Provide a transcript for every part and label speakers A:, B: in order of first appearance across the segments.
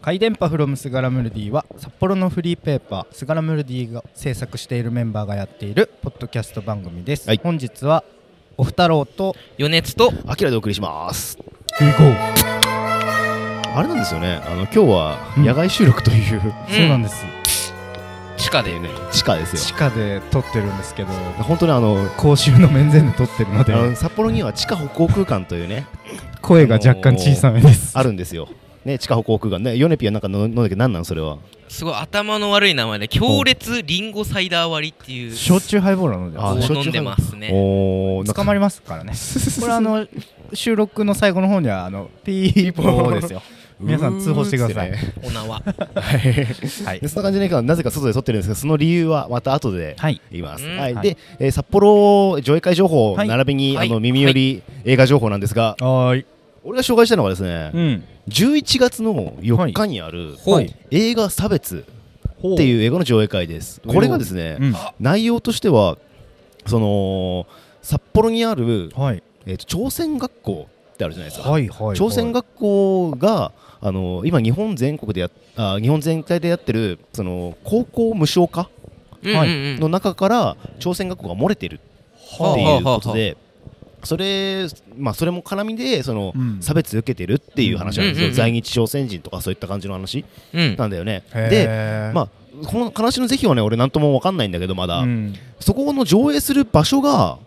A: 回電波フロムスガラムルディは札幌のフリーペーパースガラムルディが制作しているメンバーがやっているポッドキャスト番組です、
B: はい
A: 本日はおふたろうと
C: 余熱と
B: アキラでお送りします
A: フゴ
B: あれなんですよねあの今日は野外収録という、
A: そうなんです、
C: 地下でね
B: 地下です
A: 地
B: よ
A: 下で撮ってるんですけど
B: 本当にあの
A: 公衆の面前で撮ってるの
B: あ
A: で
B: の札幌には地下歩行空間というね
A: 声が若干小さめです
B: あるんですよね地下歩行空間ねヨネピはなんか飲んだけど何なんそれは
C: すごい頭の悪い名前で強烈リンゴサイダー割りっていう
A: 焼酎ハイボールなので
B: あ
C: を
B: 焼酎
C: 飲んでますね
B: おお
A: 捕まり
B: ま
A: ますからねこれあの収録の最後の方にはあのピーポーですよ 皆さん通報してください、
C: お縄
A: はい
B: でそんな感じでねなぜか外で撮ってるんですけどその理由はまた後で
A: はい
B: 言います、
C: うん
B: はい
A: はい
B: で、えー札幌上映会情報
A: はい
B: 並びに、
C: はい
B: あの耳寄り映画情報なんですが、
A: はーい
B: 俺が紹介したのはですね、
A: ん
B: 11月の4日にある、
C: ほう
A: はい
B: 映画「差別」
A: っ
B: っ
A: う、
B: ていう映画の上映会です。
A: ほう
B: これがですね、
A: うん、
B: 内容としてはその札幌にある、
A: はい
B: えーと朝鮮学校ってあるじゃないですか。
A: はいはい
B: 朝鮮
A: が
B: 学校があの今日本全国でやっあ日本全体でやってるその高校無償化
C: うんうん
A: はい
C: うん
B: の中から朝鮮学校が漏れてるっていうことで、それまあそれも絡みでその、
A: うん
B: 差別受けてるっていう話なんですよ、
C: うんうんうん
B: 在日朝鮮人とかそういった感じの話
C: うん
B: なんだよね。で、
A: で
B: まあ、この話の是非はね俺なんとも分かんないんだけどまだ、
A: うん、
B: そこの上映する場所が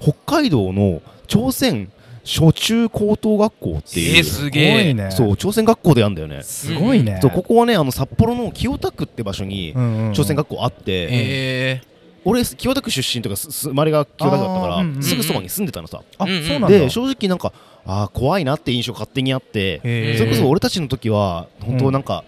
B: 北海道の朝鮮初中高等学校っていう、
C: えーす
A: す
C: げ
A: ごい
C: え
A: ね
B: そう朝鮮学校でやるんだよね。
A: すごいね、
B: そうここはねあの札幌の清田区って場所に
A: うんうんうん
B: 朝鮮学校あって、
C: え
B: 俺清田区出身とかすす生まれが清田区だったから、
A: あーうんうん
B: すぐそばに住んでたのさ、
A: あ、
C: うんうん
A: そうなんだ
B: で正直なんかあー怖いなって印象勝手にあって、
A: へー
B: それこそ俺たちの時は本当なんか、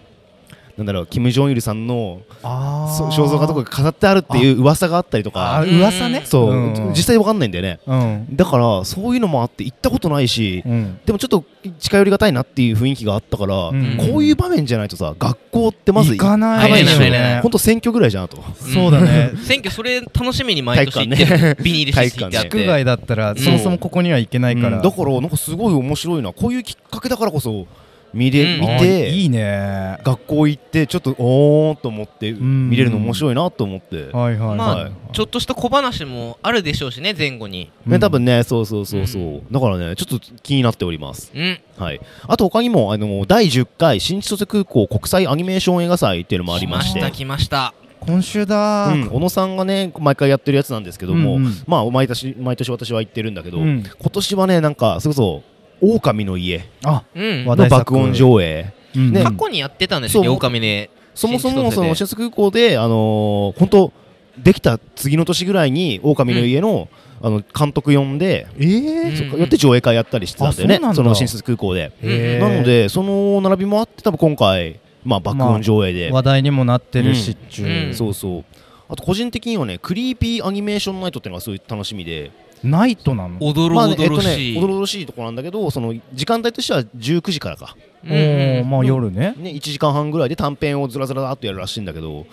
B: なんだろうキム・ジョンイルさんの
A: あー
B: そう肖像画とかが飾ってあるっていう噂があったりと
A: あ
B: か
A: ー噂ね
B: そう、
A: ん
B: 実際わかんないんだよね
A: うん
B: だからそういうのもあって行ったことないし、
A: うん
B: でもちょっと近寄りがたいなっていう雰囲気があったから、
A: うん
B: こういう場面じゃないとさ学校ってまず
A: 行かない
C: 行かない
A: よ
C: 行かな
A: ね
B: ほんと選挙ぐらいじゃなと
A: そうだね
C: ー選挙それ楽しみに毎年行っ
B: 体
C: て
B: 育
C: る
B: 館ね
C: ビニールシート行ってあっ
A: 区
C: て
A: 外だったら
C: ん
A: そもそもここには行けないから、
B: うんだからなんかすごい面白いなこういうきっかけだからこそ見れ、
C: うん
B: 見
A: あ
B: て
A: いいね
B: 学校行ってちょっとおーんと思って
A: ん
B: 見れるの面白いなと思って、
A: はいはいはい、
C: まあ
B: はい
C: ちょっとした小話もあるでしょうしね前後に
B: ね、多分ねそうそうそうそう、
C: う
B: だからねちょっと気になっております
C: うん
B: はいあと他にもあの第10回新千歳空港国際アニメーション映画祭っていうのもありまして
C: 来ました来ました
A: 今週だ
B: うん小野さんがね毎回やってるやつなんですけども、
A: うんうん
B: まあ毎年毎年私は行ってるんだけど、
A: うん
B: 今年はねなんかそれこそ狼の家
A: あ、
C: うん
A: 話題
B: の爆音上映
A: うん
B: ね
C: 過去にやってたんですよね
B: そう
C: 狼ね
B: そもそもその
C: 新
B: 新千歳
C: 千歳で
B: 空港で、あのー本当できた次の年ぐらいに狼の家の、あの監督呼んで、
A: えー
B: そっかよって上映会やったりしてたんだよ
A: あ
B: ね
A: そうなんだ
B: その新千歳空港で、
A: へー
B: なのでその並びもあって多分今回まあ爆音上映で、
A: 話題にもなってるしっちゅう、
C: うん
B: そうそうあと個人的にはねクリーピーアニメーションナイトっていうのがすごい楽しみで
A: ナイトなの、
C: おどろ
B: まあ
C: お
B: ね
C: どろ
B: えっ
C: し
B: と
C: い
B: ね、おどろおどろしいところなんだけどその時間帯としては19時からか、
C: うん
A: おおまあ
B: うん
A: 夜ね、
B: ね、1時間半ぐらいで短編をずらずらーっとやるらしいんだけど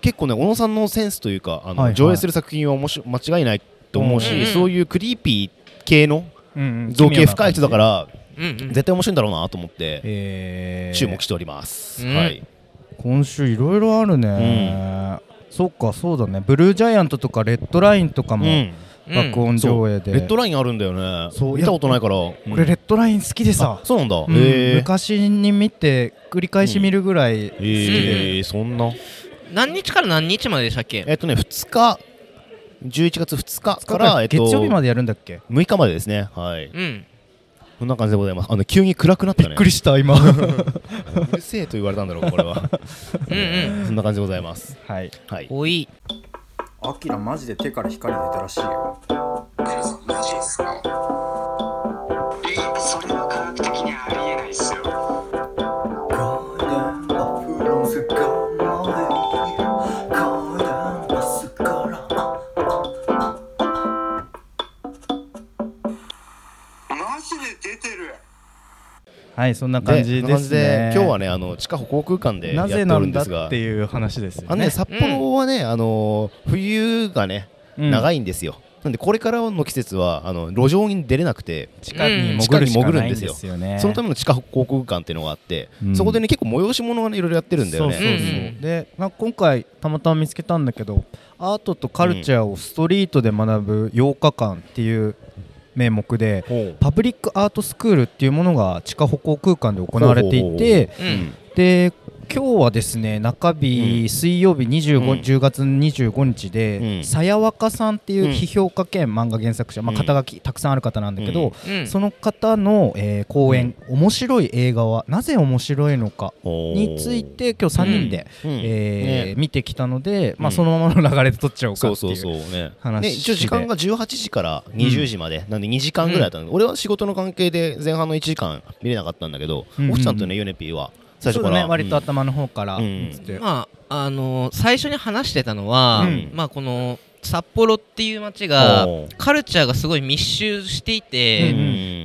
B: 結構ね小野さんのセンスというか
A: は
B: あの、
A: いはい
B: 上映する作品は面白間違いないと思うし、
C: うん
B: そういうクリーピー系の
A: うんうん
B: 造形深い人だから、
C: うんうん
B: 絶対面白いんだろうなと思って
A: えー、
B: 注目しております、
C: うん
B: はい、
A: 今週いろいろあるね、そっかそうだねブルージャイアントとかレッドラインとか
B: う
A: も
B: ん、
A: 爆音上映で、
B: レッドラインあるんだよね
A: そう
B: 見たことないからこ
A: これレッドライン好きでさ、
B: そうなんだ、
A: うん
B: へえ
A: 昔に見て繰り返し見るぐらい、
B: えー、そんな
C: 何日から何日まででしたっけ
B: えっとね2日11月2日から、えっと、
A: 月曜日までやるんだっけ
B: 6日までですねはい
C: うん
B: こんな感じでございますあの急に暗くなったね
A: りした今 は
B: うるせえと言われたんだろうこ れは
C: うんうん
B: そんな感じでございます
A: い
B: はい
C: おい
D: アキラマジで手から光出たらしいよ
E: 皆さんマジですかえそれは科学的にありえないっすよマジで出てる
A: はいそんな感じ
B: そんな
A: で
B: 感
A: すね
B: 今日はねあの地下歩行空間でや
A: な
B: っ
A: ぜ
B: て
A: な
B: おる
A: ん
B: んで
A: だ
B: すが
A: っていう話ですよ
B: あのね
A: ね
B: 札幌はねあのー冬がね
A: うん
B: 長いんですよなんでこれからの季節はあの路上に出れなくて
A: 地下に潜るしかないんですよね。
B: そのための地下航空館っていうのがあって、
A: うん
B: そこでね結構催し物がねいろいろやってるんだよね
A: そうそうそう
C: うんうん
A: で、まあ、今回たまたま見つけたんだけどアートとカルチャーをストリートで学ぶ8日間っていう名目で
B: ほう
A: パブリックアートスクールっていうものが地下歩行空間で行われていて
C: う
B: うんん
A: で今日はですね中日、
B: うん
A: 水曜日25、
B: うん
A: 10月25日で
B: うん
A: さやわかさんっていう
B: うん
A: 批評家兼漫画原作者、まあ、
B: うん
A: 肩書きたくさんある方なんだけど、
C: うん
A: その方の、えー講演、面白い映画はなぜ面白いのか
B: ほう
A: について今日3人で、
B: うん
A: えー
B: ね
A: 見てきたので、まあ、
B: うん
A: そのままの流れで撮っちゃおうか
B: そ
A: っ
B: う
A: て
B: そ
A: いう
B: うそうね
A: 話
B: ね一応時間が18時から20時まで、なんで2時間ぐらいだったの、俺は仕事の関係で前半の1時間見れなかったんだけど、
A: うんうん
B: オフちゃんとねユネピーは最
A: そ
B: 初
A: う
B: か
A: だ
B: ら、
A: ね割と
B: うん
A: 頭の方から、
B: うん
A: つって
C: まああの最初に話してたのは、
B: うん
C: まあこの札幌っていう街が
B: おう
C: カルチャーがすごい密集していて、
A: う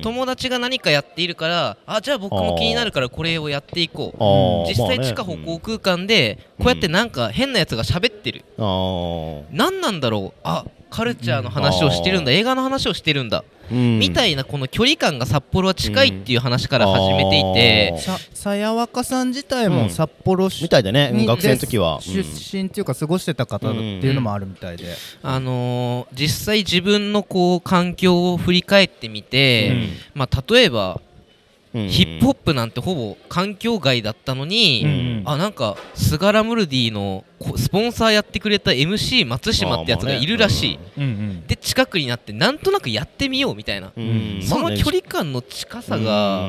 A: ん
C: 友達が何かやっているからあじゃあ僕も気になるからこれをやっていこう
B: あー
C: 実際
B: まあね
C: 地下歩行空間でこうやってなんか変なやつが喋ってる、
B: あー
C: 何なんだろうあカルチャーの話をしてるんだ、映画の話をしてるんだ、
B: うん
C: みたいなこの距離感が札幌は近いっていう話から始めていて、
A: ささやわかさん自体
B: う
A: も
B: ん
A: 札幌市
B: みたいだねうん
A: に
B: 学生の時は、
A: 出身っていうか過ごしてた方っていうのもあるみたいで、
C: あのー実際自分のこう環境を振り返ってみて、まあ、例えばヒップホッ
B: プ
C: プなんてほぼ環境外だったのに、
A: うん
C: あなんかスガラムルディのこスポンサーやってくれた MC 松島ってやつがいるらしい、
A: うんうん
C: で近くになってなんとなくやってみようみたいな、
A: ん
C: その距離感の近さが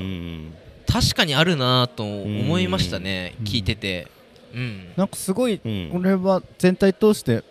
C: 確かにあるなと思いましたね、
A: うん
C: 聞いてて、うん、
A: なんかすごい
B: うん
A: 俺は全体通してう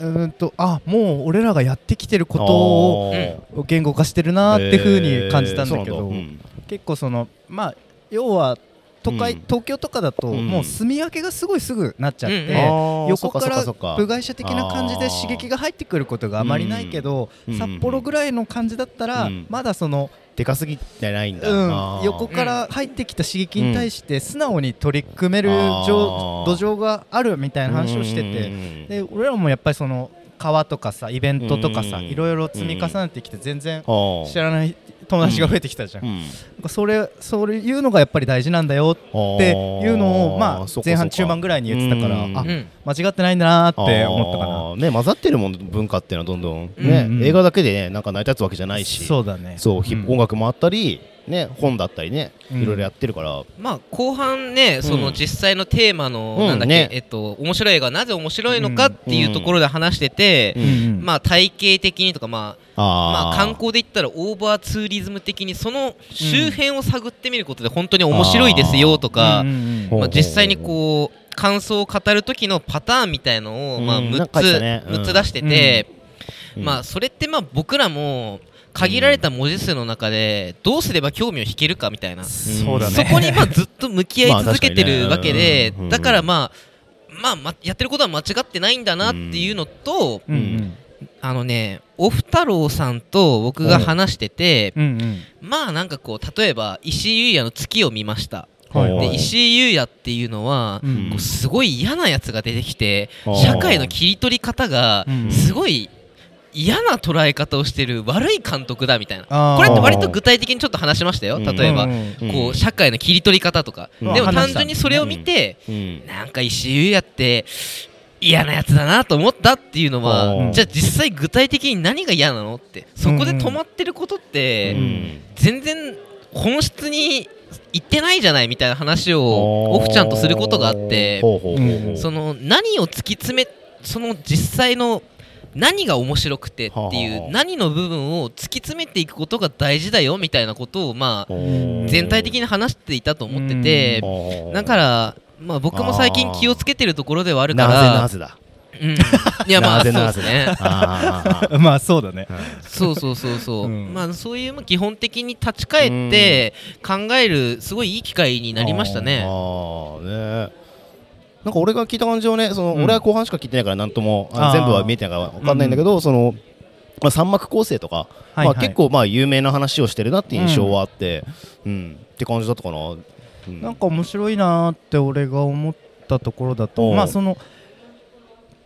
A: ーんとあもう俺らがやってきてることを
B: あー
A: 言語化してるなーってふうに感じたんだけ
B: えーそう
A: ど、
B: なんうん
A: 結構そのまあ要は都会、
B: うん
A: 東京とかだと、
B: うん
A: もう住み分けがすごいすぐなっちゃって、
C: うんうん
B: あー
A: 横
B: そ
A: か
B: っ
A: ら
B: そっか
A: 部外者的な感じで刺激が入ってくることがあまりないけど、
B: うん
A: 札幌ぐらいの感じだったら、
B: うん
A: まだその、
B: でかすぎてないんだ、
A: うん
B: あ、ー
A: 横から入ってきた刺激に対して素直に取り組める
B: あ
A: 状
B: ー
A: 土壌があるみたいな話をして
B: う
A: て、
B: ん
A: で俺らもやっぱりその川とかさイベントとかさ、
B: うん
A: いろいろ積み重ねてきて全然
B: あー
A: 知らない友達が増えてきたじゃん
B: う。ん
A: なんかそれそういうのがやっぱり大事なんだよっていうのをまあ前半中盤ぐらいに言ってたから
B: うん
A: あ
C: うん
A: 間違ってないんだなーって思ったかな
B: あーね混ざってるもん文化っていうのはどんどん、
C: うん
B: ね
A: うん
B: 映画だけでねなんか成り立つわけじゃないし
A: そうだね
B: そうヒップ音楽もあったり、ね本だったりね
A: うん
B: いろいろやってるから、
C: まあ後半ね、その実際のテーマの、
B: うん
C: なんだっけ、
B: ね
C: えっと面白い映画なぜ面白いのかっていうところで話してて、
B: うん
C: まあ体系的にとかまあま
B: あ
C: あ、
B: ー
C: 観光で言ったらオーバーツーリズム的にその周辺を探ってみることで本当に面白いですよとか、
B: うん
C: まあ、実際にこう感想を語る時のパターンみたいのを、まあ、
B: うん
C: 6
B: なんか書いて
C: つ
B: たねうん
C: 6つ出してて、
B: うん
C: まあ、それってまあ僕らも限られた文字数の中でどうすれば興味を引けるかみたいな、
A: そうだね
C: そこにまあずっと向き合い続けて
B: ま
C: る
B: あ
C: わ
B: 確か
C: け
B: にね
C: で
B: うんうん
C: だからまあ、まあま、やってることは間違ってないんだなって いうのと、
A: うんうん
C: あのねオフ太郎さんと僕が話してて、
A: うんうん
C: まあなんかこう例えば石井優也の月を見ました
A: はい
B: お
C: で
B: ー
C: 石井優也っていうのは、
A: うん
C: こうすごい嫌なやつが出てきて
B: あー
C: 社会の切り取り方が
A: うん
C: すごい嫌な捉え方をしてる悪い監督だみたいな
A: あー
C: これって割と具体的にちょっと話しましたよ
B: うん
C: 例えば、
A: うんうん
B: うん
C: こう社会の切り取り方とか、
B: うん
C: でも
A: 話
C: 単
A: した
C: 純にそれを見て、
B: うん
C: なんか石井優也って嫌なやつだなと思ったっていうの
B: う
C: は
B: ん
C: じゃあ実際具体的に何が嫌なのってそこで止まってることって、
B: うん
C: 全然本質に行ってないじゃないみたいな話を
B: お
C: オフちゃんとすることがあって
B: ほうほうほうほう
C: その何を突き詰めその実際の何が面白くてってい
B: はあ
C: う何の部分を突き詰めていくことが大事だよみたいなことをまあ
A: うん
C: 全体的に話していたと思っててだからまあ僕も最近気をつけてるところではあるか
B: な
C: ら
B: ぜなぜだ
C: うんいやま
B: な
C: あそ
B: ぜ
C: うで
B: な
C: す
B: ぜ
C: ね
B: あーあーあー
A: まあそうだね
C: そうそうそうそう、
A: うん
C: まあそういうまあ基本的に立ち返って考えるすごいいい機会になりました
B: あ
C: ね。
B: ーねなんか俺が聞いた感じはねその、
A: うん
B: 俺は後半しか聞いてないからなんともあの
A: あー
B: 全部は見えてないから分かんないんだけど、その、まあ、三幕構成とか、
A: はいはい
B: まあ、結構まあ有名な話をしてるなって印象はあって、うんって感じだったかな。うん
A: なんか面白いなーって俺が思ったところだと
B: おう
A: まあその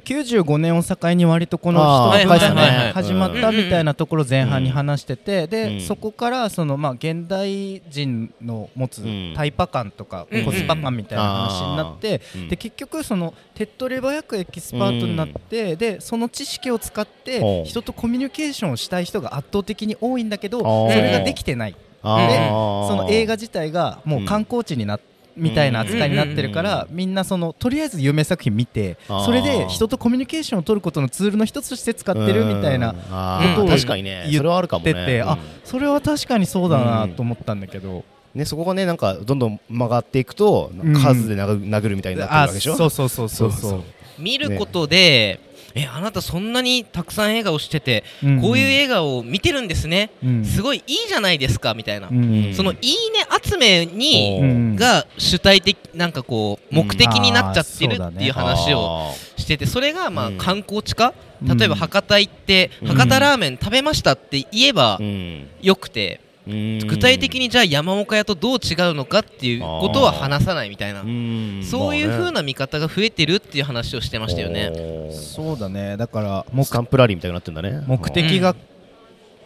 A: 95年を境に割とこの
B: あ
C: ー
A: 人の会社
C: はいはいはいは
A: が
C: い
A: 始まったみたいなところを前半に話してて
B: う
A: で
B: ん
A: そこからそのまあ現代人の持つ
B: うん
A: タイパ感とか
C: うん
A: コスパ感みたいな話になって
B: うん
A: で結局その手っ取り早くエキスパートになってでその知識を使って
B: ほう
A: 人とコミュニケーションをしたい人が圧倒的に多いんだけど
B: あ
A: そ
B: ー
A: れができてない
B: あ
A: で
B: ー
A: その映画自体がもう観光地になっみたいな扱いになってるから、みんなそのとりあえず有名作品見て
B: あー
A: それで人とコミュニケーションを取ることのツールの一つとして使ってるみたいな
B: うん
A: こ
B: あ
C: こ
A: と
B: ー
A: を
B: 確かにね
A: 言
B: それはあるかも
A: 出
B: ね
A: てて、あ
B: うん
A: それは確かにそうだなと思ったんだけど、
B: ねそこがねなんかどんどん曲がっていくと
A: うん
B: 数で殴殴るみたいになってるわ
A: あ
B: けでしょ
A: そうそうそうそう
B: そう
A: そ
C: 見ることで、えあなたそんなにたくさん映画をしてて、
A: う、ん
C: こういう映画を見てるんですね、
A: うん
C: すごいいいじゃないですかみたいな、
A: うん
C: そのいいね集めに、
B: おー
A: うん
C: が主体的なんかこう目的になっちゃってる
A: うんあー
C: っていう話を
B: あ
C: しててそれがまあ
B: うん
C: 観光地化例えば
A: うん
C: 博多行って
B: うん
C: 博多ラーメン食べましたって言えば
B: ー
C: よくて
B: うん
C: 具体的にじゃあ山岡屋とどう違うのかっていうことは話さないみたいな
B: うん
C: そういう
B: まあね
C: 風な見方が増えてるっていう話をしてましたよね。
B: おー
A: そうだねだから目
B: スタンプラリーみたいになってんだね
A: 目的が、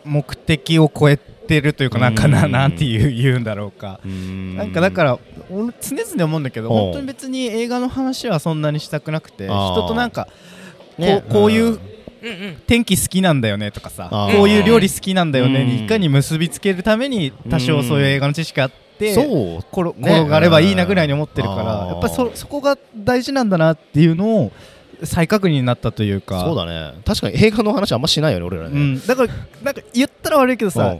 A: 目的を超えてるというかなんかな,、
B: うん
A: なんていう言うんだろうか。な
B: な
A: んかだから俺常々思うんだけど
B: うん
A: 本当に別に映画の話はそんなにしたくなくて
B: あー
A: 人となんか
B: ね
A: こうこういう
C: うんうん
A: 天気好きなんだよねとかさ
B: あ
C: ー
A: こういう料理好きなんだよね
B: うん
A: にいかに結びつけるために多少そういう映画の知識があって転
B: そう
A: 転がればいいなぐらいに思ってるか
B: う
A: ら
B: ん
A: やっぱりそそこが大事なんだなっていうのを再確認になったというか
B: そうだね確かに映画の話あんましないよね俺ら
A: う
B: ね、
A: ん、だからなんか言ったら悪いけどさ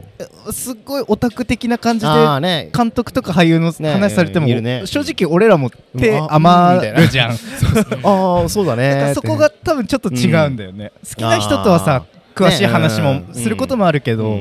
A: すっごいオタク的な感じで
B: ああね
A: 監督とか俳優の
B: ね
A: 話されても、
B: いるね
A: 正直俺らも手
B: うんあ
A: 余
B: うん
A: る
B: み
A: じ ゃん、
B: ああそうだね
A: だからそこが多分ちょっと違うんだよね、好きな人とはさ詳しい話
B: ね
A: も
B: うん
A: することもあるけ
B: け
A: ど、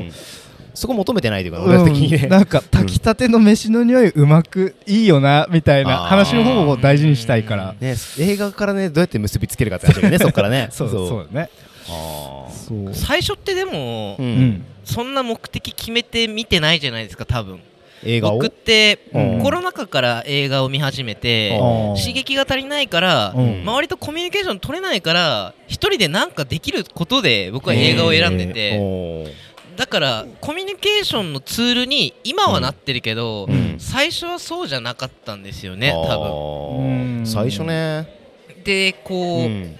B: そこ求めてないというか、
A: うん
B: 俺ら的にね
A: なんか炊きたての飯の匂いうまくいいよなみたいな
B: あー
A: 話の方を大事にしたいから
B: ね映画からねどうやって結びつけるかって話だ よねそこからね
A: そうそうだね
B: あー
A: そう
C: 最初ってでも、
B: うん
A: うん
C: そんな目的決めて見てないじゃないですか多分
B: 映画を
C: 僕って、
A: うん
C: コロナ禍から映画を見始めて
B: あ
A: ー
C: 刺激が足りないから、
A: うん
C: 周りとコミュニケーション取れないから一人でなんかできることで僕は映画を選んでて、
B: えーおー
C: だからコミュニケーションのツールに今はなってるけど、
B: うん
C: 最初はそうじゃなかったんですよね多
A: う
B: あ
A: ん
B: ー最初ね
C: 分でこう、
B: うん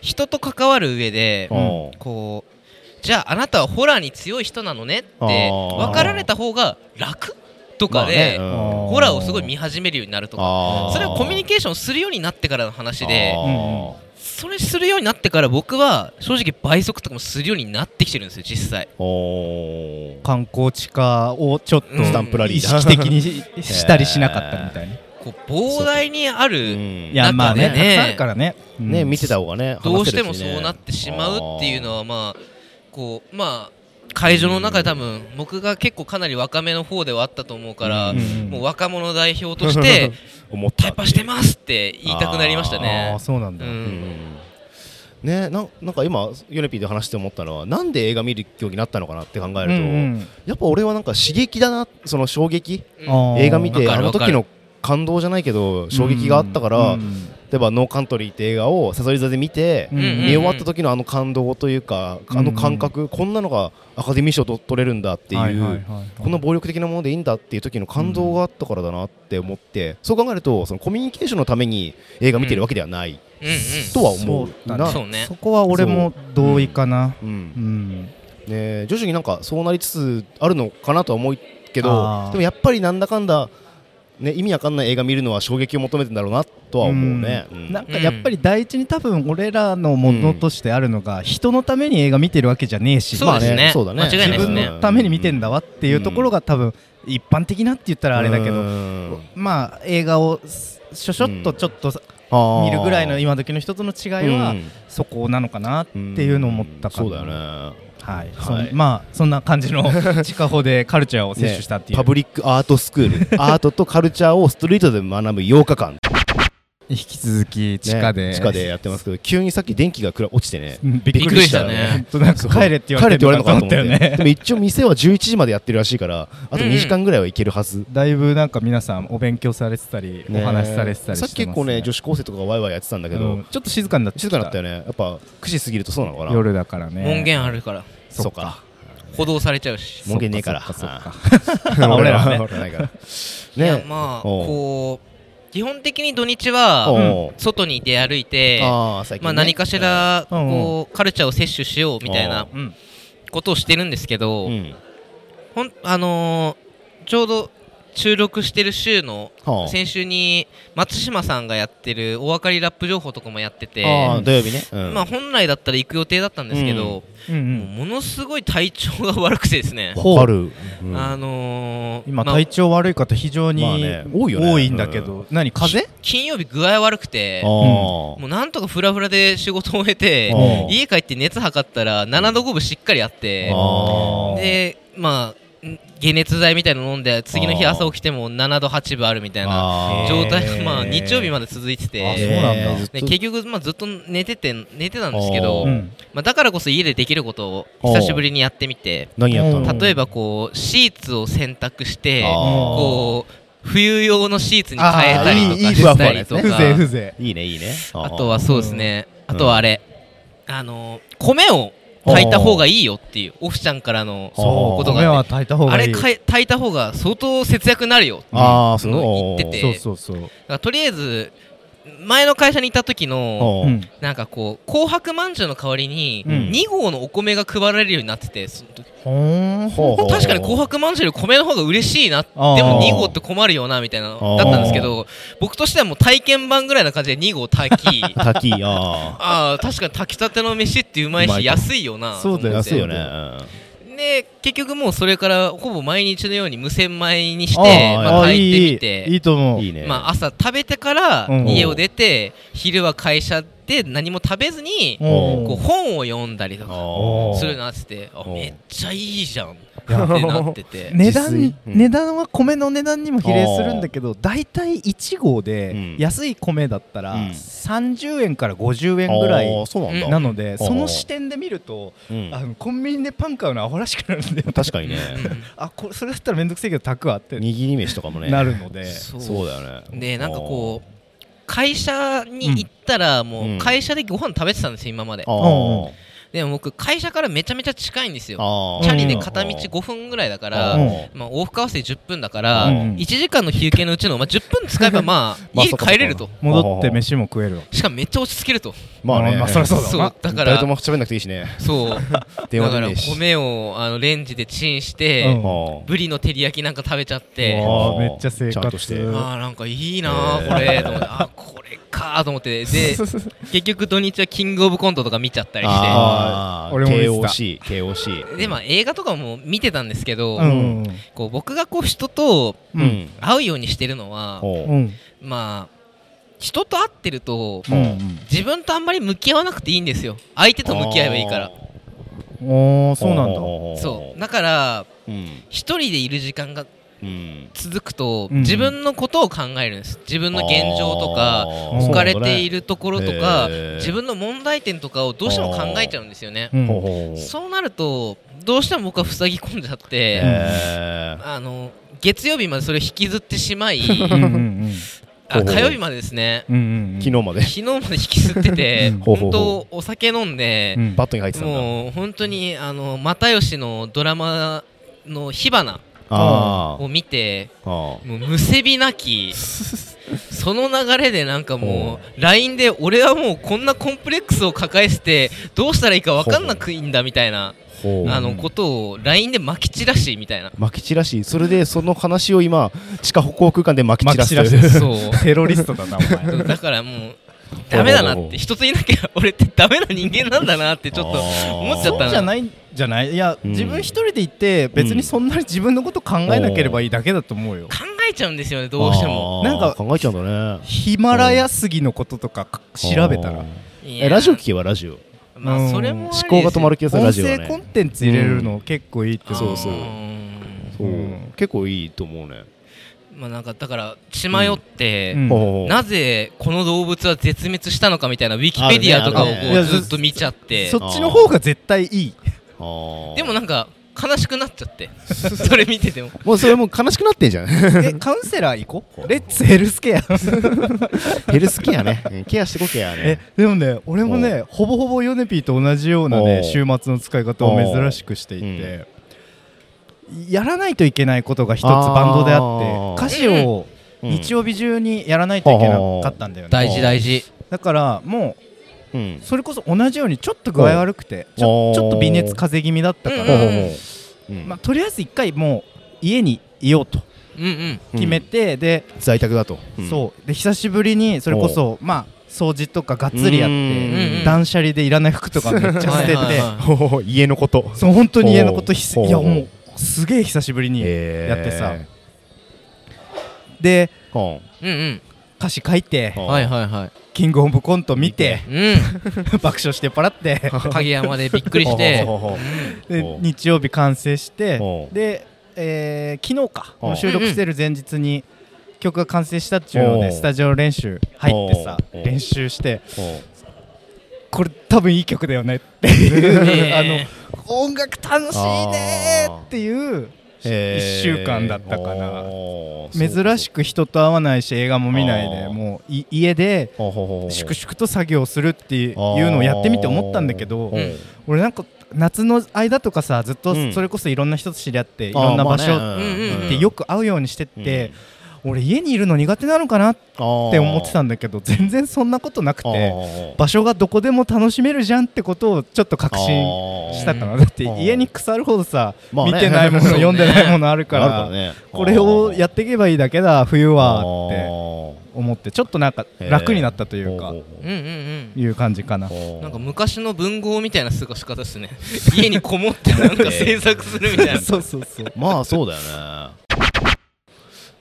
C: 人と関わる上で、
B: うん
C: こうじゃああなたはホラーに強い人なのねって
B: あー
C: 分かられた方が楽とかで、
B: まあねうん
A: あー
C: ホラーをすごい見始めるようになるとか
B: あー
C: それをコミュニケーションするようになってからの話で
B: あー
C: それするようになってから僕は正直倍速とかもするようになってきてるんですよ実際
B: おー
A: 観光地化をちょっと
C: スタン
B: プラリー
A: 意識的にししたりしなかったみたいな、
C: こう膨大にあ
B: う
C: る
B: ん
A: いやまあね
C: な
A: た
C: んかね
A: くさんあるからね、うん
B: ね見てた方がね
C: どう
B: 話
C: し
B: せる
C: てもそう
B: ね
C: なってしまうっていうのはまあこうまあ会場の中で多分僕が結構かなり若めの方ではあったと思うから
A: うんうん
C: もう若者代表として
B: 思っ
C: タ
B: た
C: イパしてますって言いたくなりました
A: あ
C: ね
A: あ。そうなんだ、
C: うん
B: ねなんなんか今ヨネピーで話して思ったのはなんで映画見るようになったのかなって考えると、
A: うん
B: やっぱ俺はなんか刺激だなその衝撃
A: うんあー
B: 映画見て
C: わ
B: あ
C: か
B: の
C: るわか
B: 時
C: る
B: の感動じゃないけど衝撃があったから、
A: うん
B: 例えば「ノーカントリー」って映画をサソリ座で見て、
A: うん
B: 見終わった時のあの感動というかあの感覚、こんなのがアカデミー賞と取れるんだっていう、
A: はいはいはいはい
B: こんな暴力的なものでいいんだっていう時の感動があったからだなって思って、そう考えるとそのコミュニケーションのために映画見てるわけではない
C: うんうん
B: とは思う
A: そうだ
B: な。
A: ね
C: そうね
A: そこは俺も同意かな
B: うん
A: うん
B: ね、徐々になんかそうなりつつあるのかなとは思うけ
A: あ
B: ど
A: ー
B: でもやっぱりなんだかんだ、ね、意味わかんない映画見るのは衝撃を求めてんだろうなとは思うね。うん
A: なんかやっぱり第一に多分俺らのものとしてあるのが人のために映画見てるわけじゃねえし
C: そうですね
B: そうだね
C: 間違いないで
A: 自
C: す
A: 分
C: ね
A: のために見てんだわっていうところが多分一般的なって言ったらあれだけ
B: う
A: ど
B: ん
A: まあ映画をしょしょっとちょっと
B: あー
A: 見るぐらいの今時の人との違いは
B: うん
A: そこなのかなっていうのを思ったから
B: そうだよね
A: はい、
B: はい
A: そんまあそんな感じの近方でカルチャーを摂取したってい
B: ね
A: う、
B: パブリックアートスクールアートとカルチャーをストリートで学ぶ8日間
F: 引き続き地下で、
B: ね地下でやってますけど急にさっき電気がくら落ちてね
A: うんびっ
C: びっくりしたね。
A: くりなんか帰れって言われて
B: 帰れって言われるのかなと思っ
A: よ
B: て
A: ね
B: でも一応店は11時までやってるらしいからあと
C: うん
B: 2時間ぐらいはいけるはず、
A: だいぶなんか皆さんお勉強されてたり、
B: ね
A: お話しされてたりしてま
B: さっ
A: す、
B: き結構ね女子高生とかがワイワイやってたんだけど、
A: うんちょっと静かになってき
B: 静かだったよねやっぱ9時過ぎるとそうなのかな
A: 夜だからね
C: 門限あるから、
B: そうか
C: 補導されちゃうし。
B: 門限ねえから
A: そっか
B: あ 俺らは
A: 俺らはね
B: 俺らないから
C: いや
B: ね
C: まあ
B: おう
C: こう基本的に土日
B: お
C: は
B: う
C: 外に出歩いて
B: ああ最近ね
C: まあ何かしら
A: うんうん
C: こうカルチャーを摂取しようみたいな
B: お
A: うん
C: ことをしてるんですけど
B: うん
C: ほんあのーちょうど収録してる週の
B: はあ
C: 先週に松島さんがやってるお分かりラップ情報とかもやってて
B: ああ土曜日ね、うん
C: まあ本来だったら行く予定だったんですけど
A: うんう
C: もうんものすごい体調が悪くてですね
B: わかる、うん
C: あのー
A: 今
C: まあ
A: 体調悪い方非常に、
B: まあね多いよね
A: んだけど、何風邪
C: 金曜日具合悪くて
B: ああ
C: もうなんとかフラフラで仕事を終えて
B: うん
C: 家帰って熱測ったら7度5分しっかりあって
B: あー
C: でまあん解熱剤みたいの飲んで次の日
B: あー
C: 朝起きても7度8分あるみたいな
B: あー
C: 状態
A: へ
C: が
A: ー
C: まあ日曜日まで続いてて
A: あそうなんだ
B: えーずっと
C: で結局まあずっと寝てて寝てたんですけ
B: あ
C: ど
B: ー
A: うん
C: まあだからこそ家でできることを久しぶりにやってみて
B: 何やった
A: う
B: の
A: ん
C: 例えばこうシーツを洗濯して
B: あー
C: こう冬用のシーツに変えたりと
B: あーいいい
C: か
B: い
C: したりとか
B: ふわふわな
A: 風情風
B: いいねいいね
C: あ
B: あ
C: とはそうですね、
B: うん
C: あとはあれ、あの米を炊いた方がいいよっていうオフちゃんからの
B: あー
A: 情
B: そ
A: そうう
C: ことが
A: 米は炊いた方
C: あ
A: がい
C: れ
A: い
C: かい炊いた方が相当節約になるよって
B: あー
C: いうのを言ってて
A: そうそうそう、
C: だからとりあえず前の会社にいた時の
B: お
A: う
B: ー
A: ん、
C: なんかこう紅白まんじゅうの代わりに
A: うん
C: 2合のお米が配られるようになっててその時
A: ほーん
B: ほうほう
C: 確かに紅白まんじゅうより米の方が嬉しいなで
A: あー
C: も2合って困るよなみたいなのだったんですけど僕としてはもう体験版ぐらいな感じで2合炊き
B: 滝あ
C: ああ確かに炊きたての飯ってうまいう
B: まいと
C: し安いよな
A: そう
B: あ
A: だ
B: 安いよね
C: で結局もうそれからほぼ毎日のように無洗米にし
A: あー
C: てまあ、
A: あ
C: 炊いて
A: いい
C: みて
A: いいと
B: う
A: 思
B: ん
A: う
B: いいね
C: まあ、朝食べてから
A: うん
C: 家を出て、昼は会社で何も食べずに
A: おー
C: こう本を読んだりとか
B: お
A: ー
C: するようになっててあ
B: お
C: めっちゃいいじゃんっ
A: いや
C: てなっ てて
A: 値
B: 自炊
A: 段
B: うん
A: 値段は米の値段にも比例するんだけど大体1合
B: う
A: で
B: ん
A: 安い米だったら
B: うん
A: 30円から50円ぐらい
B: そうなんだ
A: なので
B: あー
A: その視点で見ると
B: うん
A: あのコンビニでパン買うのはアホらしくなるん だよ
B: 確かに
C: う
B: ね
C: ん
A: あこれそれだったら面倒くせえけど炊くわって
B: 握り飯とかもね
A: なるので
C: そう
B: そうだよね
C: でなんかこう会社に行ったらもう会社でご飯食べてたんですよ今まで
B: あー
C: でも僕会社からめちゃめちゃ近いんですよ
B: あー
C: チャリで片道5分ぐらいだか
B: あ
C: ら
A: うん
B: ー
C: まあ、往復合わせて10分だか
B: う
C: ら、
B: ん
C: 1時間の休憩のうちの、まあ、10分使えば、まあ、
B: まあ
C: 家に帰れる
B: そっ
C: と
B: か。
A: 戻って飯も食えるわ
C: しかもめっちゃ落ち着けると。
B: まあね
A: まあそりゃそうだ
C: そう
A: わ
C: だか
B: 誰と
C: ら、
B: も喋んなくていいしね
C: そう。
B: 電
C: だ
B: 話
C: か
B: でも
C: ら
B: いいし
C: 米をあのレンジでチンし
A: う
C: て
A: ん、
B: あー
C: ブリの照り焼きなんか食べちゃっ
A: な
C: て、
A: あーめっちゃ生
B: ちゃん
A: 活
B: として
A: うん
C: ああ、なんかいいなー、こ
B: え
C: れ、
B: ー
C: と思って、あーこれかーと思 って、 で、結局土日はキングオブコントとか見ちゃったりし
B: あー
A: 俺も見
B: KOC KOC
C: て、で、まあ、映画とかも見てたんですけど、
A: うん
C: こう僕がこう人と
A: うん
B: うん
C: 会うようにしてるのは、
B: お
A: う
B: ー
A: ん
C: まあ、人と会ってると、
A: うん
C: 自分とあんまり向き合わなくていいんですよ相手と向き合えばいいから
A: おーそうなんだ
B: おー
C: そうだから
B: うん
C: 一人でいる時間が
B: うん
C: 続くと、
A: うん
C: 自分のことを考えるんです自分の現状とか
A: ー
C: 置かれ
B: そうなんだね
C: ているところとか、
B: へー
C: 自分の問題点とかをどうしても考えちゃうんですよね
A: うん
B: ほうほう
C: そうなるとどうしても僕は塞ぎ込んじゃって、
B: へー
C: あの月曜日までそれを引きずって しまい
A: うんうん
C: あ
B: ほうほう
C: 火曜日までですね
A: うんうんうん
B: 昨日まで
C: 昨日まで引きずってて
B: ほうほうほう
C: 本当お酒飲んで、
A: うん
B: バットに入ってたんだ
C: もう本当にあの又吉のドラマの火花
B: あー
C: を見て
B: あ
C: もうむせ び泣きその流れでなんかもう LINE で俺はもうこんなコンプレックスを抱え ててどうしたらいいか分かんなくいんだみたいな
B: ーほう
C: あのことを LINE でまき散らしみ たいな
B: 撒き散らしそれでその話を今地下歩行空間で撒き散らすとい
A: 撒き散
B: う
A: らし
C: そう
A: テロリストだなお前
C: だからもうダメだなって一ついなきゃ俺ってダメな人間なんだなってちょっと思っち ゃった
A: そう
C: な
A: じゃないんじゃないいや、
B: うん
A: 自分一人で行って別にそんなに自分のこと考えなければいいだけだと思うよ、
C: 考えちゃうんですよねどうしても
B: あー
A: なんか
B: 考えちゃうんだね
A: ヒマラヤ杉のこととかか調べた
B: あ
A: ら
B: ー
C: いや
B: えラジオ聞けばラジオ
C: まあそれもありです
B: 思
C: よ
B: 考が止まる気がするラ
A: 音
B: ジオは
A: 声コン
B: ね
A: テンツ入れるの結構いいって思
B: そうそう
C: あー
B: そう
A: うん
B: 結構いいと思うね
C: まあなんかだから血迷って、
A: うん
B: ほう
C: なぜこの動物は絶滅したのかみたいなウィキペディアとかをこ
B: あるねあ
A: るね
C: うずっと見ちゃって
A: そっちの方が絶対い い
B: ほう
C: でもなんか悲しくなっちゃって それ見てても
B: もうそれもう悲しくなって んじゃん
A: えカウンセラー行こうレッツヘルスケア
B: ヘルスケアねうんケアしてこケア
A: え
B: ね
A: でもね俺もねほぼほぼヨネピーと同じような
B: おう
A: ね週末の使い方を珍しくしていて、やらないといけないことが一つバンドであ
B: あー
A: って歌詞を
B: うん
A: 日曜日中にやらないといけなかったんだよね、
C: 大事大事
A: だからも
B: うん
A: うそれこそ同じようにちょっと具合悪くてちょ
B: おう
A: ちょっと微熱風邪気味だったか
C: うん
A: ら、
B: うん
A: まあ、とりあえず一回もう家にいようと
C: うんうん
A: 決めて、で
B: 在宅だと
A: そうで久しぶりにそれこそまあ掃除とかがっつりやっ
B: うん
C: うん
A: て断捨離でいらない服とかめっちゃ捨て
C: はいはいは
A: て
B: う
C: い
B: ん家のこと
A: そう本当に家のことひす
B: おう
A: いやもうすげえ久しぶりにやってさ
B: へ
A: で
B: ー
C: うん
A: 歌詞書いて
B: う
C: うんんはいはいはい
A: キングオブコント見て
C: う
A: 爆笑してパラって
C: ん影山でびっく りし
B: ほ
C: て
B: うほうほうほう
A: で
B: おう
A: 日曜日完成して
B: おう
A: でえー昨日か
B: お
A: こ
B: う
A: の収録してる前日に曲が完成したっていうの
B: お
A: で
B: う
A: スタジオ練習入ってさ
B: おう
A: 練習して
B: ほう
A: これ多分いい曲だよねっていうあの
C: ね
A: 音楽楽しいねーっていう1週間だったかな珍し
B: く
A: く人と会わないし映画も見ないで
B: あー
A: もうい家で粛々と作業するっていうのをやってみて思ったんだけど
C: うん
A: 俺なんか夏の間とかさずっと
B: うん
A: それこそいろんな人と知り合っていろんな場所
C: うん
A: でよく会うようにしてって俺家にいるの苦手なのかなっ
B: って
A: 思ってた
B: ん
A: んだけど全然そんなことなくて
B: で
A: 場所がどこでも楽しめるじゃんってことをちょっと確信したかなだって家に腐るほどさ
B: まあね
A: 見て ないもの
C: そうね
A: 読んでないものあるか
B: かららね
A: これをや
B: っ
A: っていけばいいだけだ冬
B: た
A: はって思ってちょっとなんか楽になったというか
C: うんうんうん
A: いう感じかな
C: なんか昔の文豪みたいな過ごし方ですね 家にこもってなんか制作するみたい な
A: そうそうそう
B: まあそうだよね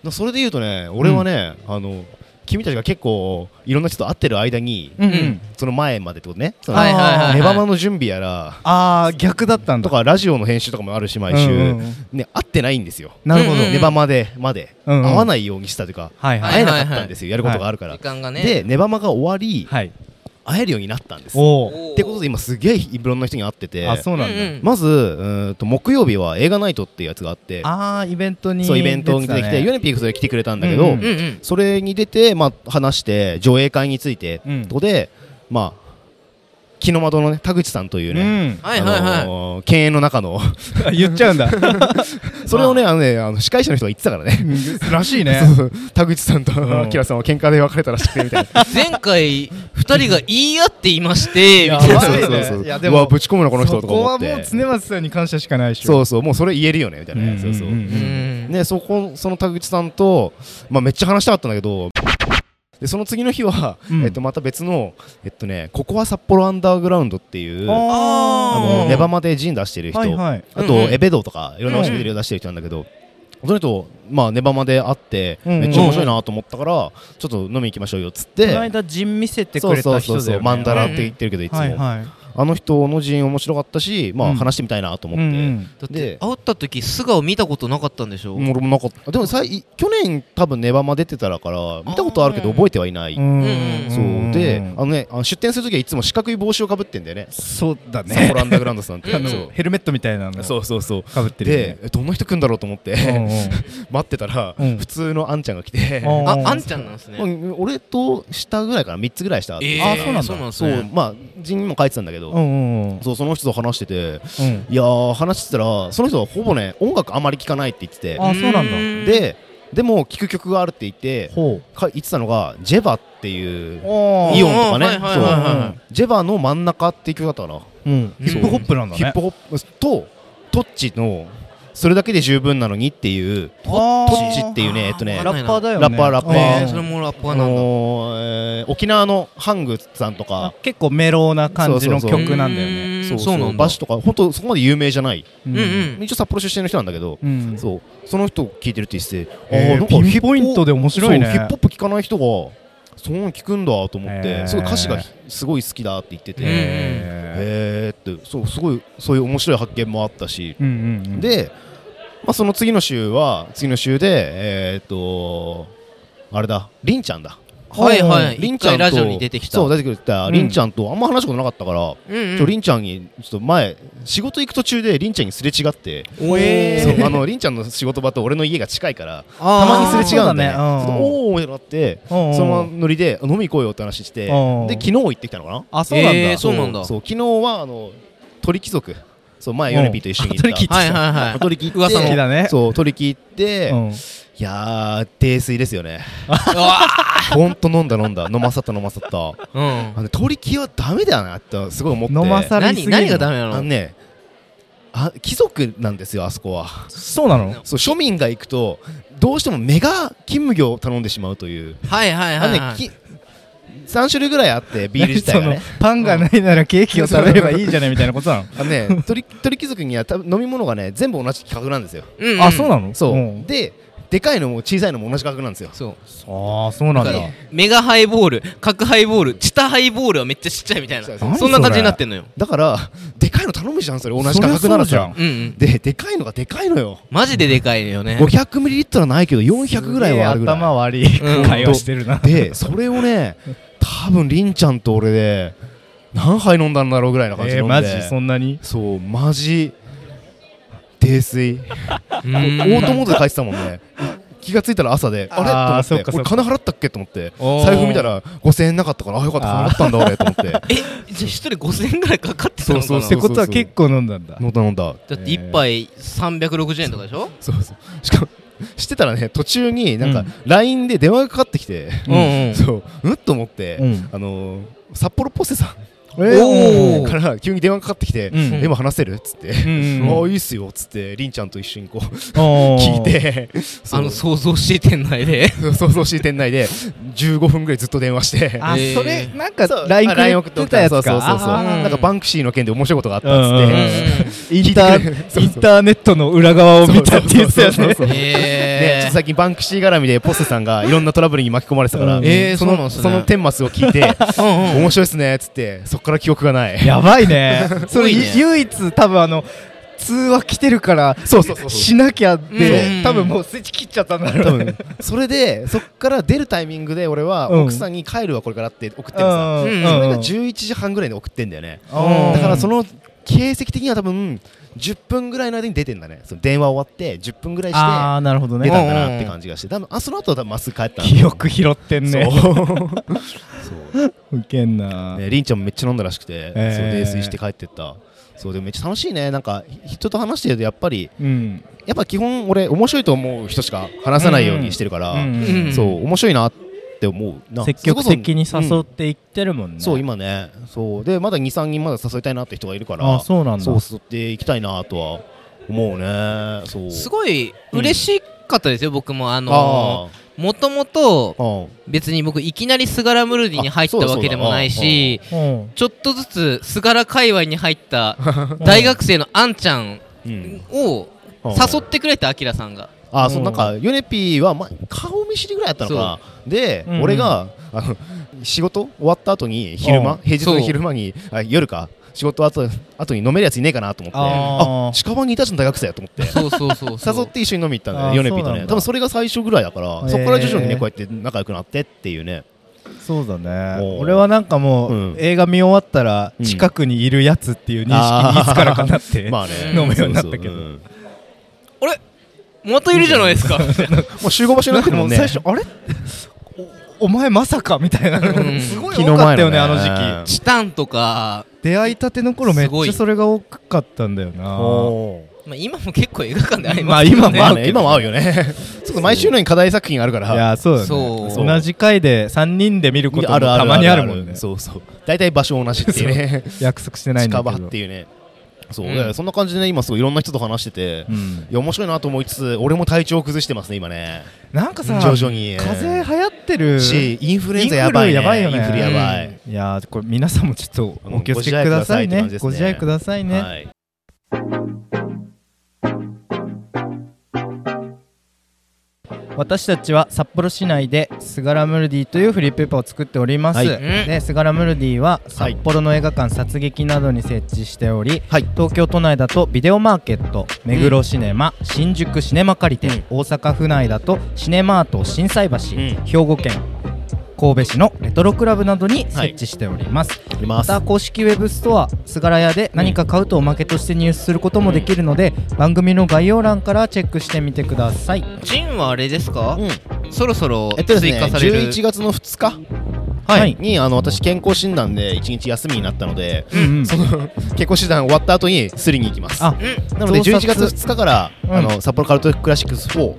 B: だそれで言うとね俺はねあの君たちが結構いろんな人と会ってる間に
A: うんうんん
B: その前までってことねその
C: はいはいはいはい
B: ネバマの準備やら
A: ああ逆だったんだ
B: とかラジオの編集とかもあるし毎週、
A: うんうんうん
B: ね、会ってないんですよ、
A: なるほど
C: うんうん
B: ネバマでまで、
A: うんうん
B: 会わないようにしたというか、
A: はい
C: は
A: はいい
B: 会えなかったんですよ、やることがあるから。
C: 時間がね
B: で、ネバマが終わり、
A: はい
B: 会えるようになったんです。っ
A: おお
C: おー
B: てことで、今、すげえいろんな人に会ってて、
A: あそうなんだ
C: うんうん
B: まずうーんと木曜日は映画ナイトっていうやつがあって、
A: ああイベントに
B: そうイベントに出てきて、
A: 出
B: ユ
A: たね
B: ネピークそれ来てくれたんだけ
A: う
B: ど、
A: んうん
C: うんうん
B: それに出て、まあ、話して、上映会について、
A: うん
B: とことで、まあ、木の窓のね、田口さんという
A: う
B: ね、
A: ん
C: はいはいはい
B: あのー犬猿の 中の、
A: あ言っちゃうんだ
B: それをね、あのねあの司会者の人が言って たか らね。
A: らしいね
B: そう田口さんと
A: ん
B: アキラさんは喧嘩で別れたらしくてみ たいな。
C: 前回2人が言い合っていましてみ
A: や
C: たいな
A: ばいねいやで
B: う
A: も
B: わぶち込むなこの人と
A: そ
B: か
A: こ
B: 思
A: は
B: って。
A: もう常松さんに感謝しかないでしょ
B: そうそうもうそれ言えるよねみたいなね。
A: うん
B: そうそう。
A: うん
C: うん
B: ねそこその田口さんとまあめっちゃ話したかったんだけど。でその次の日は、
A: うん
B: えっと、また別の、えっとね、ここは札幌アンダーグラウンドっていう、あ
A: あ
C: ー
B: の
A: ー
B: ネバマでジン出してる人、
A: はいはい
B: あ
C: うん
B: と、
C: うん
B: エベドとか、いろんなおしゃべりを出してる人なんだけど、その人、まあ、ネバマで会って、
A: うんうん
B: めっちゃ面白いなと思ったから、ちょっと飲み行きましょうよっつって、
A: この間陣見せてくれた人
B: そうそう
A: だ
B: そ
A: よ
B: う
A: ね
B: マンダラって言ってるけどいつも、
A: はいはい
B: あの人の陣面白かったし、ま
A: う
B: あ、
A: ん
B: 話してみたいなと思って、
A: うん
C: だって
B: で
C: 会った時素顔見たことなかったんでしょ
B: 俺もなかったでもさい去年多分ネバマ出てたらから見たことあるけど覚えてはいない、
A: うん
C: うん
B: そうであ
A: あ
B: のねあの出店するときはいつも四角い帽子をかぶってんだよね
A: そうだね
B: 札幌アンダーグラウンドさんって
A: あの
B: そう
A: ヘルメットみたいなの
B: そうそうそう
A: かぶってるよ
B: で
A: ね
B: えどんな人来るんだろうと思って、
A: うん
B: 待ってたら、
A: うん
B: 普通のあんちゃんが来て、
A: うん
C: ああんちゃんなんです
B: う
C: ね
B: ん俺と下ぐらいから3つぐらい下あって、
C: えー
A: あそうなんだ
C: そうなんです
B: そう
C: ね
B: まあ陣にも書いてたんだけ
A: うんうん
B: ど、
A: うん
B: そうその人と話してて
A: うん
B: いやー話してたらその人はほぼね音楽あまり聴かないって言ってて
A: あそうなんだ
C: ん
B: ででも聴く曲があるって言って
A: ほ
B: か言ってたのがジェバっていう
A: うあ
B: イオンとかね
C: はいはいはい
A: は
B: そうジェバの真ん中っていう曲だったかな
A: うんヒップホップなんだね
B: ヒップホップとトッチのそれだけで十分なのにっていう
A: トッ
B: トッチっていうねえっとね
A: ラッパーだよね
B: ラッパーラッパー
C: えー
A: うん
C: それもラッパ
B: あ
C: ーなんだ
B: のーえー沖縄のハングさんと
A: あ
B: か
A: 結構メローな感じの
B: そうそうそう
A: 曲なんだよね
C: うー
B: そ
C: ん
B: う
C: そうなんだ
B: バシとか本当そこまで有名じゃない
A: うん
C: うんうん
B: 一応札幌出身の人なんだけど
A: うん
B: そうその人聞いてるって言ってて、
A: えー
B: あーなんか
A: ピンポイントで面白いね
B: そうヒップホップ聞かない人がそんなの聞くんだと思って、
A: えー
B: すごい歌詞がひすごい好きだって言ってて、
C: うん
B: へ
A: へ
B: えーってそうすごいそういう面白い発見もあったし、
A: ーうんうんうん
B: でまあ、その次の週は次の週でえーっとあれだりんちゃんだ
C: はいはい
B: りん
C: 一
B: ちゃん
C: 回
B: と
C: ラジオに出てきた
B: そう出てきた
A: うん
B: りんちゃんとあんま話したことなかったから、
C: うんうん
B: ちょりんちゃんにちょっと前仕事行く途中でりんちゃんにすれ違って、
C: おえ
B: そうあのりんちゃんの仕事場と俺の家が近いからた
A: あー
B: まにすれ違うんで、ね
A: そうだねうん
B: ちょっとおおってなって
A: うんうんうん
B: そのノリで飲み行こうよって話してで
A: うんうん
B: 昨日行ってきたのかな
A: あそうなんだ、
C: えーそうなんだ
B: そう昨日はあの鳥貴族そう前ヨネピーと一緒に行った
A: うん あ鳥貴
C: は
B: 鳥貴行って
C: いはいはい噂
A: 好き
C: の
A: だね
B: そう取り切って、
A: うん
B: いやー泥酔です よね
C: うわ
B: ほんと飲んだ飲んだ飲まさった飲まさった
C: うん
B: あの取り切りはダメだなってすごい思って
A: 飲まされすぎ
C: 何
A: る
C: 何がダメな
B: あ
C: の
B: のねあ貴族なんですよあそこは
A: そうなの
B: そう庶民が行くとどうしてもメガ金麦を頼んでしまうという
C: はいはいはい
B: あ
C: は
B: のね
C: い
B: き3種類ぐらいあってビール自体がね
A: そのパンがないならケーキを食べればいいじゃないみたいなことなの
B: あのね鳥鳥貴族には多分飲み物がね全部同じ価格なんですよ
C: うんうん
A: あそうなの
B: そう、
A: ん
B: ででかいのも小さいのも同じ価格なんですよ
C: そう
A: ああそうなんだ
C: だからメガハイボール角ハイボールチタハイボールはめっちゃちっちゃいみたい
B: そう
C: な
B: そう
C: そんな感じになってんのよ
B: だからでかいの頼むじゃんそれ同じ価格なら
A: そりゃ
B: さ
A: そう
C: うんうん
B: ででかいのがでかいのよ
C: マジででかいよね
B: 500ml はないけど400ぐらいはあるぐらい
A: 頭悪い
C: うん
A: 会話してるな、
B: でそれをね多分りんちゃんと俺で何杯飲んだんだろうぐらいな感
A: え
B: じで
A: ー、
B: 飲んで、
A: マジそんなに
B: そうマジ泥酔
C: うん
B: オートモードで書いてたもんね気がついたら朝であれ
A: あー
B: と
A: そ
B: 思
A: っ
B: っ
A: か
B: て
A: そっ
B: 俺
A: か
B: 金払ったっけと思って
A: おー
B: 財布見たら5000円なかったからあよかった金払ったんだ俺と思って
C: えじゃあ1人5000円ぐらいかかってたのか
B: そうそ
C: な
B: う
A: っ
B: そ
A: て
B: う
A: ことは結構飲んだんだ
B: 飲んだ飲んだ
C: だって1杯360円とかでしょ
B: そうそうしかもしてたらね途中になん
A: う
B: か
A: ん
B: LINE で電話がかかってきて、
C: うんうん
B: そううんと思って、
A: うん
B: あのー札幌ポセさ
A: お
C: お
B: ん
C: ー
B: から急に電話かかってきて、
A: うん
B: 今話せるっつって、
A: うんうんうん
B: ああいいっすよっつってりんちゃんと一緒にこう
A: おー
B: 聞いて
C: あの想像して店内で
B: そうそうして店内で15分ぐらいずっと電話して
A: あ、
C: えー
A: それなんか
B: そう
A: LINE
B: あ LINE
A: 送ってたやつか
B: そうそうそうそう
A: あ
C: ー
B: なんかバンクシーの件で面白いことがあった
A: うん
B: っ
A: うん
B: つっ
C: うんう
B: て
C: ん
A: ーインタ
B: 聞いてくれ
A: ーインターネットの裏側を見たって言ってたよ
B: そうそうそうそ
A: ね
B: うね、ちょっ
C: え
B: と最近バンクシー絡みでポッセさんがいろんなトラブルに巻き込まれてたから、
A: うん
C: えー
B: そ
C: そうなん
B: の
C: すね
B: その顛末を聞いて
C: うんうん
B: 面白いっすねっつってそっから記憶がない
A: やばいねそれ
C: 多いね
A: 唯一多分あの通話来てるから
B: そうそうそうそう
A: しなきゃっ
C: うんう
A: て
C: ん
A: 多分もうスイッチ切っちゃったんだ
B: 多
A: ろうね
B: 分それでそっから出るタイミングで俺は
A: うん
B: 奥さんに帰るわこれからって送ってるさ、
A: うん
C: うん
B: それが
A: うん
B: 11時半ぐらいに送ってんだよね、
A: うん
B: だからその形跡的には多分10分ぐらいの間に出てんだねその電話終わって10分ぐらいして
A: あーなるほど
B: 出
A: ね
B: たんだなって感じがして多分あその後は多分まっすぐ帰ったんだ
A: 記憶拾ってんね
B: そう
A: ウケん
B: そ
A: な
B: うねりんちゃんもめっちゃ飲んだらしくて、
A: えー
B: そう泥酔して帰ってったそうでもめっちゃ楽しいねなんかひ人と話してるとやっぱり
A: うん
B: やっぱ基本俺面白いと思う人しか話さないようにしてるから、
C: うん
B: そう面白いなって思うな
A: 積極的に
B: それこ
A: 誘
B: そ
A: っていってるもん
B: う
A: ね
B: んそう今ねそうでまだ23人まだ誘いたいなって人がいるから
A: あそうなんだ
B: そう誘っていきたいなとは思うねそう
C: す
B: い
C: ごい嬉しかったですよ僕もあの
B: あ
C: もともと
B: ーうん
C: 別に僕いきなりスガラムルディに入った
B: あそうだ
C: わけでもないし
A: うん
C: ちょっとずつスガラ界隈に入った 大学生のあんちゃん
B: うん
C: を
B: うん
C: 誘ってくれたアキラさ んが
A: う
B: あー
A: ん
B: そうなんかヨネピーは、ま、顔見知りぐらいだったのかなで、
A: うんうん
B: 俺があの仕事終わった後に昼
A: うん
B: 間平日の
C: そう
B: 昼間にあ夜か仕事終わった後に飲めるやついねえかなと思って
A: あー
B: あ近場にいたじゃん大学生やと思って
C: そうそうそうそう
B: 誘って一緒に飲み行ったんだよ
A: あー
B: ねヨネピー
A: そう
B: と
A: なん
B: ね
A: だ
B: 多分それが最初ぐらいだから
A: へー
B: そこから徐々にねこうやって仲良くなってっていうね
A: そうだね
B: おう
A: 俺はなんかも
B: うん
A: う映画見終わったら
B: うん
A: 近くにいるやつっていう認識にいつからかなって
B: まあね
A: 飲むようになったけど
B: そうそううん
C: またいるじゃないですかみたいな
B: もう集合場所になってるもんね
A: 最初あれ おお前まさかみたいな
C: うん
A: のすごい多かったよねあの時期
C: チタンとか
A: 出会いたての頃めっ
C: すご
A: ちゃ
C: い
A: それが多かったんだよな
B: おー
C: まあ今も結構映画館であり
A: ま
C: ま
A: あ
C: すけ
A: 今
C: ど
A: も
C: ね
B: ま
A: 合
B: あ
A: うけど
B: ね今 も合うよねそうか毎週のように課題作品があるから
A: いやそうだ
C: そ
A: ね
C: う
A: 同じ回で3人で見ることも
B: あるある
A: たまにあるもんね
B: そうそう大体場所同じっていうね
A: 約束してないんだ
B: 近
A: けど
B: 場っていうねそう、
C: うん
B: だからそんな感じでね今そういろんな人と話してて、
A: う
B: い
A: ん
B: や面白いなと思いつつ俺も体調を崩してますね今ね
A: なんかさ
B: 徐々に
A: 風邪流行ってる
B: しインフルエンザやばい、
A: イ
B: ね、
A: ンフルやばいよね
B: インフルやばい、
A: いやーこれ皆さんもちょっと
B: うん
A: お気をつけくださいねご
B: ご
A: 自
B: 自
A: 愛
B: 愛
A: く
B: く
A: ださいね
B: はい
A: 私たちは札幌市内でスガラムルディというフリーペーパーを作っております、
B: はい
C: うん
A: でスガラムルディは
B: はい
A: 札幌の映画館殺撃などに設置しており、
B: はい
A: 東京都内だとビデオマーケット目黒シネマ、新宿シネマ借り店、大阪府内だとシネマート心斎橋、
B: ん
A: 兵庫県神戸市のレトロクラブなどに設置しております、
B: い
A: ま
B: ます
A: た公式ウェブストアすがら屋で何か買うとおまけとして入手することもできるので、番組の概要欄からチェックしてみてください
C: ジンはあれですか、
B: うん
C: そろそろ
B: えっとです
C: 追
B: ね
C: 加される、
B: 11月の2日
A: はい、
B: にあの私健康診断で1日休みになったので
A: うんうん
B: その健康診断終わった後にすりに行きます
A: あ
B: なので
A: 増
B: 11
A: 刷
B: 月2日から、
A: うん
B: あの札幌カルトクラシックス4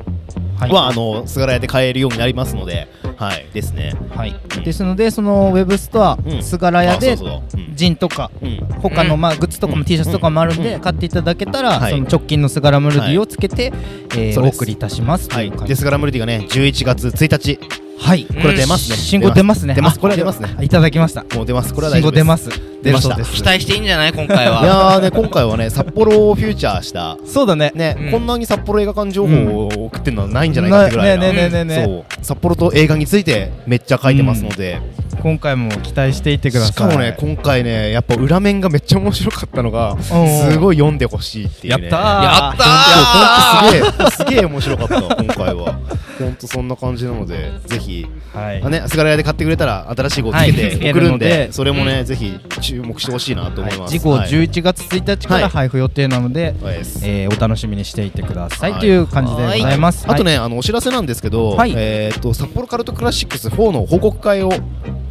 A: はい
B: は、あの菅原屋で買えるようになりますので、はい、ですね。
A: はいですのでそのウェブストア
B: うん
A: すがら屋
B: あ
A: で
B: そうそううん
A: ジンとか
B: うん
A: 他の
C: うん
A: まあグッズとか
B: う
A: も
B: ん
A: T シャツとかもあるん
B: う
A: で
B: ん
A: 買っていただけたら
B: はい
A: その直近のすがらムルディをつけてえー
B: そう
A: お
B: です
A: 送りいたしますと
B: はいいう
A: 感、
B: で
A: じ
B: すからムルディがね11月1日
A: はいこ
B: これ出ますね
A: 信号出ますね
B: 出ます
A: あ
B: これは出ますね
A: あいただきました
B: もう出ますこれは大
A: 信
B: 丈
A: 号
B: 夫で
A: 出ま
B: す
A: す
B: 出まし
A: 出るそ
B: た
A: うです
C: 期待していいんじゃない今回
B: い
C: は
B: やーね今回はね札幌をフューチャーした
A: そうだね
B: ね、
C: うん
B: こんなに札幌映画館情報を送ってるのはないんじゃないかってぐらいな、
A: ねねねねねね
B: そう札幌と映画についてめっちゃ書いてますので、
A: 今回も期待していてください
B: しかもね今回ねやっぱ裏面がめっちゃ面白かったのが
A: うん
B: すごい読んでほしいっていう、ね、
A: ー
C: やった
B: い
C: ー
B: やほんとすげえすげえ面白かった今回はほんとそんな感じなのでぜひ
A: はい
B: あね菅原屋で買ってくれたら新しい号つけ
A: はい
B: て
A: つけ
B: 送
A: る
B: る
A: の
B: んで,、
A: で
B: それもね、ぜひ注目してほしいなと思います、
A: 次号
B: はい
A: 11月1日か
B: は
A: ら
B: い
A: 配布予定なので、
B: はいです
A: えーお楽しみにしていてください、
B: はい
A: という感じでございます。
B: あとね、あのお知らせなんですけど、
A: はい
B: えー、と札幌カルトクラシックス4の報告会を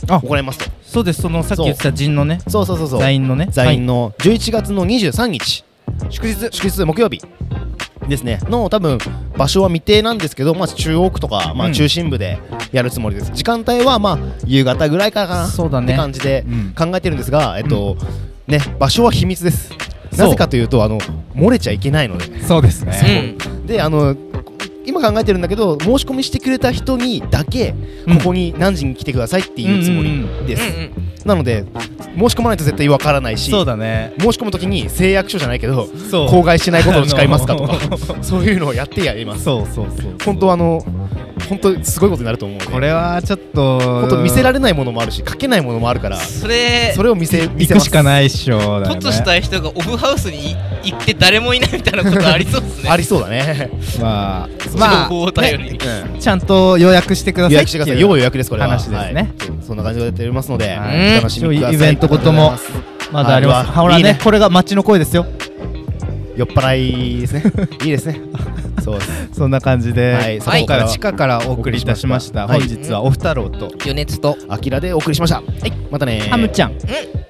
A: あ
B: 行いますと
A: そうです、そのさっき言ってた陣のね、
B: そうそうそうそう
A: 座員のね、
B: 在院の11月の23日祝日祝日木曜日ですねの多分場所は未定なんですけど、まあ、中央区とか、ま
A: うん
B: あ、中心部でやるつもりです、時間帯はまあ夕方ぐらいからかな
A: そうだね
B: って感じで
A: うん
B: 考えてるんですが、えっとね、場所は秘密です
A: そう
B: なぜかというとあの漏れちゃいけないので
A: はいそうです
C: う
A: ね。
C: ん
B: であの今考えてるんだけど申し込みしてくれた人にだけ
A: うん
B: ここに何時に来てくださいっていうつもりです、
C: うん
B: なので申し込まないと絶対わからないし
A: そうだね。
B: 申し込むときに誓約書じゃないけど
A: そう
B: 口外しないことを誓いますかと
A: あの
B: か そういうのをやってやります
A: そうそうそうそう。
B: 本当はあの本当すごいことになると思うので
A: これはちょっと、
B: 本当見せられないものもあるし書けないものもあるから
C: それ
B: それを見せ
A: 行
B: 見せ
A: く
B: ます
A: しかないっしょだよね。
C: 突したい人がオフハウスに行って誰もいないみたいなことありそうですね
B: ありそうだね
A: まあ、ま
C: 情
A: あ
C: 報を頼りに、
A: ちゃんと予約してくだ
B: 予
A: さいっ
B: 約して
A: い
B: てくださ
A: う
B: い要予約ですこれは
A: 話ですね
B: はいそうそんな感じでやっておりますので
A: は
C: いう
B: お楽しみください
A: イベントこともまだあります。
B: あ
A: ほら
B: いい
A: ね
B: ね、
A: これが街の声ですよ。
B: 酔っ払 いですねいいですねそうです
A: そんな感じで、
B: はい
A: 今回は地下からお送りいたしました。
B: はい
A: 本日はおふたろうと、
C: 余熱と
B: あきらでお送りしましたはいまたね
A: ハムちゃん。
C: うん